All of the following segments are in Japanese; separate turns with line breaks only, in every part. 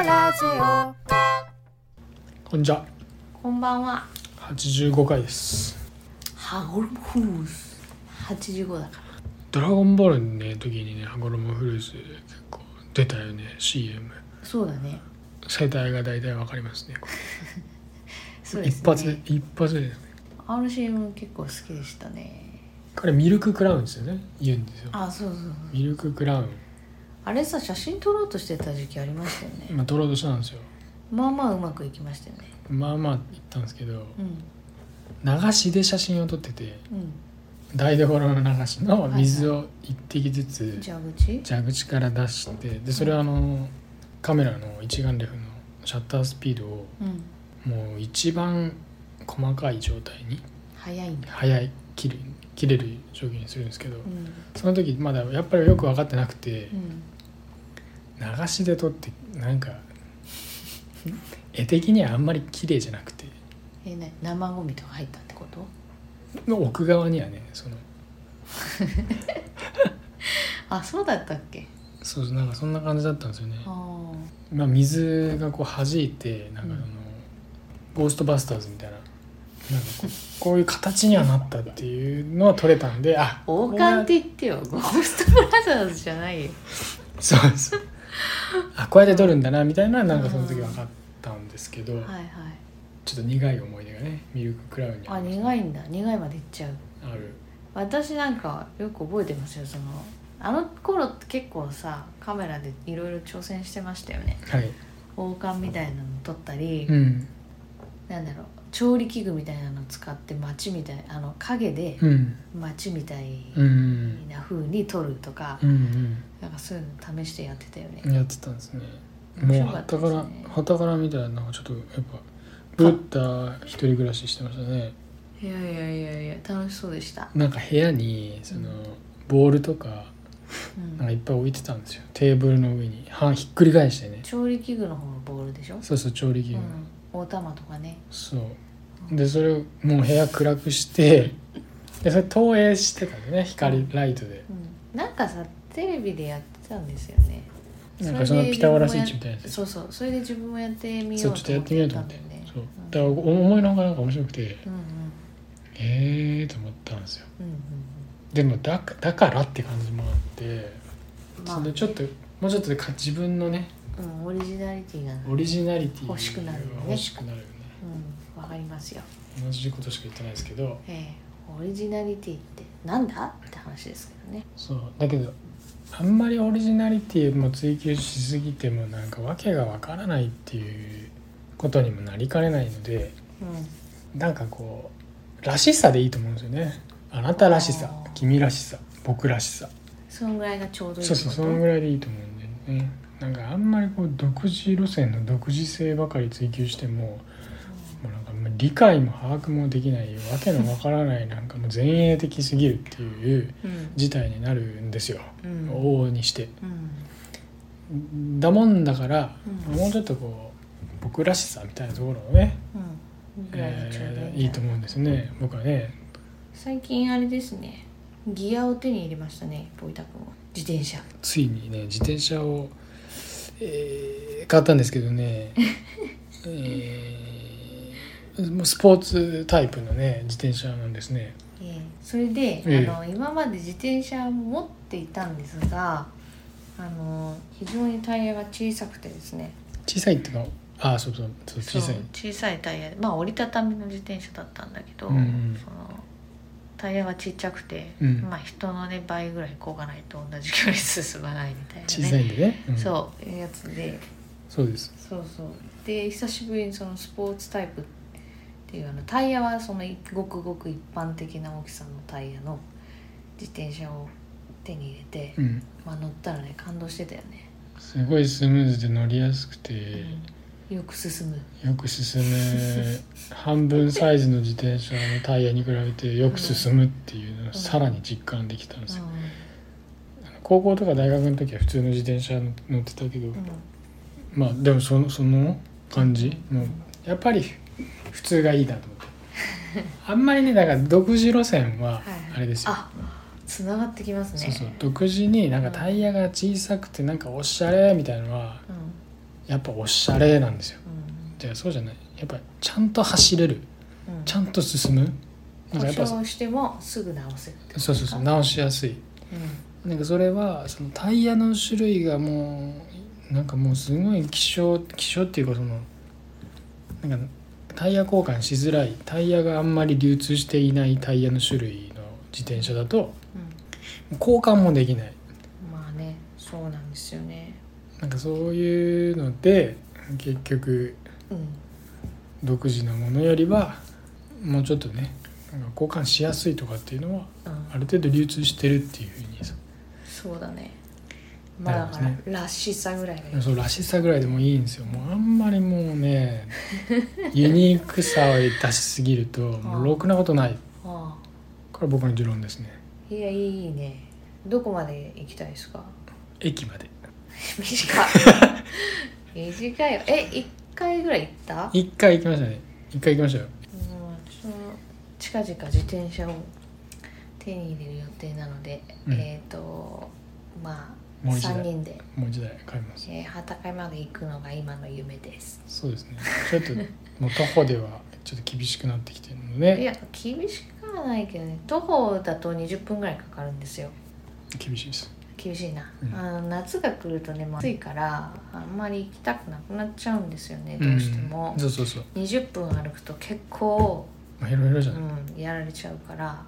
ラジ
こんにちは
オこんばんは
85回です
ハゴルムフース85だか
ドラゴンボールのね時にねハゴロモフルーズ結構出たよね CM
らそうだね
世代が大体わかりますねこれ
そうですね
一発で一発でですね
RCM 結構好きでしたね
これミルククラウンですよね言うんですよ
あそうそうそう
ミルククラウ
あれさ写真撮ろうとしてた時期ありましたよ
ン
ね
まあ撮ろうとしたんですよ
まあまあうまくいきましたよね
まあまあ言ったんですけど
うん
流しで写真を撮ってて
う
台所の流しの水を一滴ずつ
ん蛇口
蛇口から出してでそれはあのカメラの一眼レフのシャッタースピードを
うん
もう一番細かい状態に
早いんだ
早い切る切れる状況にするんですけど
うん
その時まだやっぱりよく分かってなくて
うん
流しで撮ってなんか絵的にはあんまり綺麗じゃなくて
えな生ゴミとか入ったってこと
の奥側にはねその
あそうだったっけ
そうそうなんかそんな感じだったんですよね
あ。あ
まあ、水がこう弾いてなんかあの、
うん
ゴーストバスターズみたいな。なんかこうこういう形にはなったっていうのは撮れたんであ
王冠って言って よゴーストブラザーズじゃないよ
そうです。あ、こうやって撮るんだなみたいな、なんかその時分かったんですけど、
はいはい
ちょっと苦い思い出がね、ミルククラウンに
あ
り
苦いんだ苦いまでいっちゃう
ある。
私なんかよく覚えてますよそのあの頃って結構さカメラでいろいろ挑戦してましたよね
はい。
王冠みたいなの撮ったり、
うん。
なんだろう調理器具みたいなの使って街みたいあの影で
うん。
街みたい
うん。
な風に撮るとか、
うん。
なんかそういうの試してやってたよね、
うん。やってたんですね。
面
もう
白かった
旗
です
か
ね
ら、旗から見たら、なんかちょっと、やっぱ。ブッダ一人暮らししてましたね。
いやいやいやいや楽しそうでした、
なんか部屋に、その、ボールとか、
うん
なんかいっぱい置いてたんですよ。テーブルの上に、はひっくり返してね。
調理器具の方のボールでしょ、
そうそう、調理器
う
具。
ん、大玉とかね
そうでそれをもう部屋暗くしてでそれ投影してたんだね光ライトで
うん、なんかさテレビでやってたんですよね
なんかそのピタゴラスイッチみたいなやつ
そうそうそれで自分もやってみ
そ
よ
う
う
ちょっとやってみようと
たん
思っ
だ
て
よね
そう
うん
だから思いのほかなんか面白くて
うんうん
ええー、と思ったんですよ
うん
でもだかだからって感じもあって
うん
それでちょっともうちょっとでか自分のね
うん、オリジナリティが
オリジナリティ
欲しくなるよね
欲しくなるよね
うんわかりますよ
同じことしか言ってないですけど
ええオリジナリティってなんだって話ですけどね
そうだけどあんまりオリジナリティも追求しすぎてもなんか訳がわからないっていうことにもなりかねないので
うん
なんかこうらしさでいいと思うんですよねあなたらしさ
あー
君らしさ僕らしさ
そのぐらいがちょうどいい
そうそうそのぐ
らい
らいでいいと思うんだよねなんかあんまりこう独自路線の独自性ばかり追求してももうなんかもう理解も把握もできないわけのわからないなんかもう前衛的すぎるっていう
うん
事態になるんですよ
うん
往々にして。
うん
だもんだから、
うん
もうちょっとこう僕らしさみたいなところをね、
うんぐらいがちょうどいい,、
えーいいと思うんですね僕はね
最近あれですねギアを手に入れましたねボイタ君は自転車
ついにね自転車を、えー買ったんですけど ね、えーもうスポーツタイプのね自転車なんですね
ええそれで、
ええ
あの今まで自転車を持っていたんですがあの非常にタイヤが小さくてですね
小さいっていうかああそうそうそう小さい
そう小さいタイヤでまあ折りたたみの自転車だったんだけど、
うんうん
そのタイヤがちっちゃくて、
うん
まあ人のね倍ぐらいこがないと同じ距離進まないみたいなね
小さいんでね、うん
そういうやつで
そうです
そうそうで久しぶりにそのスポーツタイプっていうあのタイヤはそのごくごく一般的な大きさのタイヤの自転車を手に入れて、
うん
まあ、乗ったらね感動してたよね、
すごいスムーズで乗りやすくて、
うんよく進む
よく進む半分サイズの自転車のタイヤに比べてよく進むっていうのをさらに実感できたんですよ、高校とか大学の時は普通の自転車乗ってたけど、
うんうん
まあでもそのその感じもうやっぱり普通がいいなと思ってあんまりねだから独自路線はあれですよ、
あつながってきますね
そうそう独自になんかタイヤが小さくてなんかおしゃれみたいなのは
うん、
やっぱおしゃれなんですよ
うん
じゃあそうじゃないやっぱりちゃんと走れる
うん
ちゃんと進むなんか
故
やっぱ
障してもすぐ直せるってことです
そう
か
そうそう直しやすい
うん
なんかそれはそのタイヤの種類がもうなんかもうすごい希少希少っていうかそのなんかタイヤ交換しづらいタイヤがあんまり流通していないタイヤの種類の自転車だと交換もできない
うんまあねそうなんですよね
なんかそういうので結局
うん
独自のものよりはもうちょっとねなんか交換しやすいとかっていうのは
うん
ある程度流通してるっていうふうにさ
そうだねまあだか
な
ら、
るほ
らしさぐらいがいい、
そうらしさぐらいでもいいんですよもうあんまりも うねユニークさを出しすぎるともうろくなことない
あ
これ僕の持論ですね
あいやいいねどこまで行きたいですか
駅まで
短い短いよえ一回ぐらい行った
一回行きましたね一回行きましたよ
もう私も近々自転車を手に入れる予定なので、
うん
えっ、とまあ
もう一台
3人で、
もう一台買います
えー、畑まで行くのが今の夢です、
そうですねちょっともう徒歩ではちょっと厳しくなってきてるの
い
で
や厳しくはないけどね徒歩だと20分ぐらいかかるんですよ
厳しいです
厳しいな、
うん
あの夏が来るとねもう暑いからあんまり行きたくなくなっちゃうんですよねどうしても
ん、、そうそうそう
20分歩くと結構、
まあヘロヘロじ
う
ゃない、
ん、やられちゃうから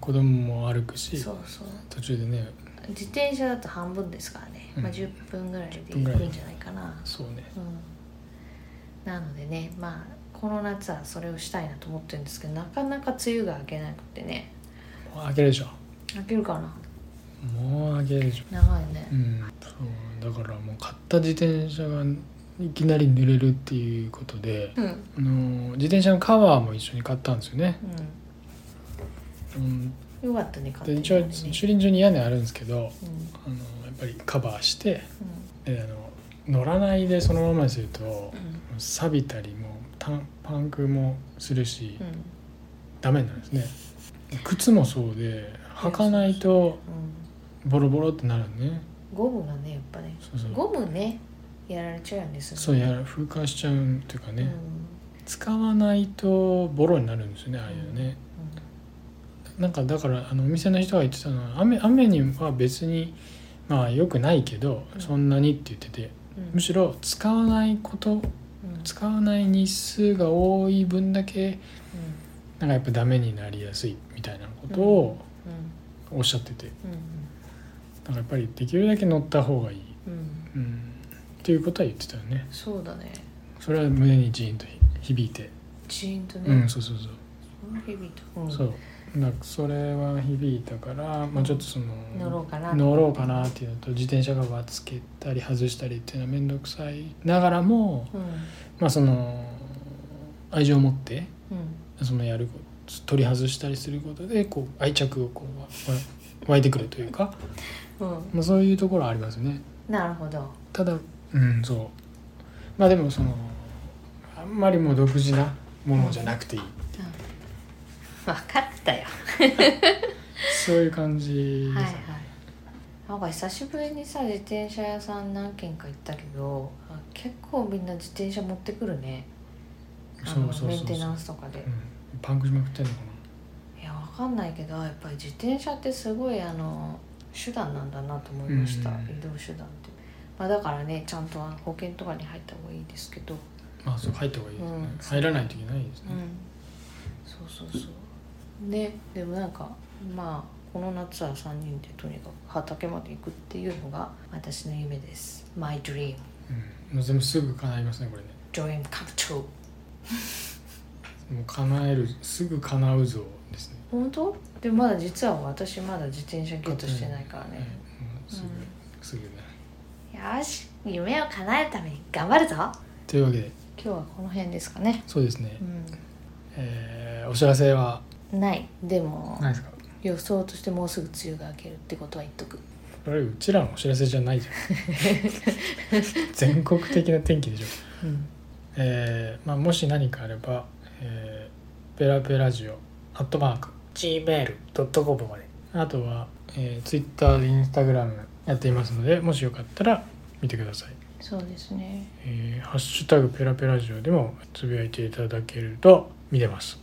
子供も歩くし
そうそう
途中でね
自転車だと半分ですからね、
うん
まあ、10分ぐらいで行くんじゃないかな、
そうね
うん、なのでねまあこの夏はそれをしたいなと思ってるんですけどなかなか梅雨が明けなくてね
もう開けるでしょ
明けるかな
もう開けるでしょ
長いね、
うん、そうだからもう買った自転車がいきなり濡れるっていうことで、
うん
あの自転車のカバーも一緒に買ったんですよね、うん、
うん、よかったね買って
で
る
一応
のにね
駐輪場に屋根あるんですけど
うんうん
あのやっぱりカバーしてであの乗らないでそのままにすると
うん
錆びたりもうパンパンクもするし、
うん
ダメなんですね靴もそうで履かないと
う
ボロボロってなるね
んゴムがねやっぱね
そうそう
ゴムねやられちゃうんですよね
そうやら風化しちゃうっていうかね、
うん
使わないとボロになるんですよねああいうのね、
うん
なんかだからあのお店の人が言ってたのは雨雨には別にまあ良くないけど
うん
そんなにって言ってて、
うん
むしろ使わないこと
うんうん
使わない日数が多い分だけなんかやっぱダメになりやすいみたいなことをおっしゃってて、
うん
なんかやっぱりできるだけ乗った方がいい、
うんうん
うん、っていうことは言ってたよね
そうだね
それは胸にジーンと響いて、
ジーンとね、
うんそうそうそう
ヘビと、うん、
そうなんかそれは響いたから、まあ、ちょっとその
乗ろうかな
乗ろうかなっていうのと自転車カバーつけたり外したりっていうのは面倒くさいながらも、
うん
まあ、その愛情を持って
うん
そのやること取り外したりすることでこう愛着をこうわ湧いてくるというか、
うん、
まあ、そういうところはありますよね。
なるほど、
ただうんそうまあでもそのあんまりもう独自なものじゃなくていい、
分かったよ
そういう感じ
はい
ですね。
はいなんか久しぶりにさ自転車屋さん何軒か行ったけどあ結構みんな自転車持ってくるねあ
そう
の
そうそう
メ
そう
ンテナンスとかで
うん、パンクしまくってんのか
いやわかんないけどやっぱり自転車ってすごいあの手段なんだなと思いました、
うん
移動手段って、まあ、だからねちゃんとあの保険とかに入った方がいいですけど
なまあそう入った方がいいですね、
うん
入らないといけないですね
う、んそうそうそうねでもなんかまあこの夏は3人でとにかく畑まで行くっていうのが私の夢です My dream
うんもう全部すぐ叶いますねこれね
dream come true
もう叶えるすぐ叶うぞですね
本当でもまだ実は私まだ自転車ゲットしてないから
はい
ね
もうすぐ、
うん
すぐね
よし夢を叶えるために頑張るぞ今
というわけで
日はこの辺ですかね
そうですね
う、
えーお知らせは
んないでも、
ないですか
予想としてもうすぐ梅雨が明けるってことは言っとく
これうちらのお知らせじゃないじゃ ん全国的な天気でしょ、
うん
えーまあ、もし何かあれば、えー、ペラペラジオアットマーク gmail.com まであとは、えー、Twitter で Instagram やっていますのでもしよかったら見てください
そうですね
えーハッシュタグペラペラジオ」でもつぶやいていただけると見れます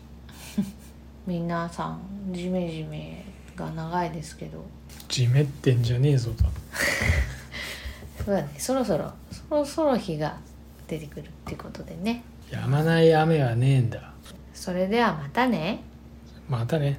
皆さんジメジメが長いですけど
じめってんじゃねえぞと
そうだねそろそろそろそろ日が出てくるってことでね
やまない雨はねえんだ
それではまたね
またね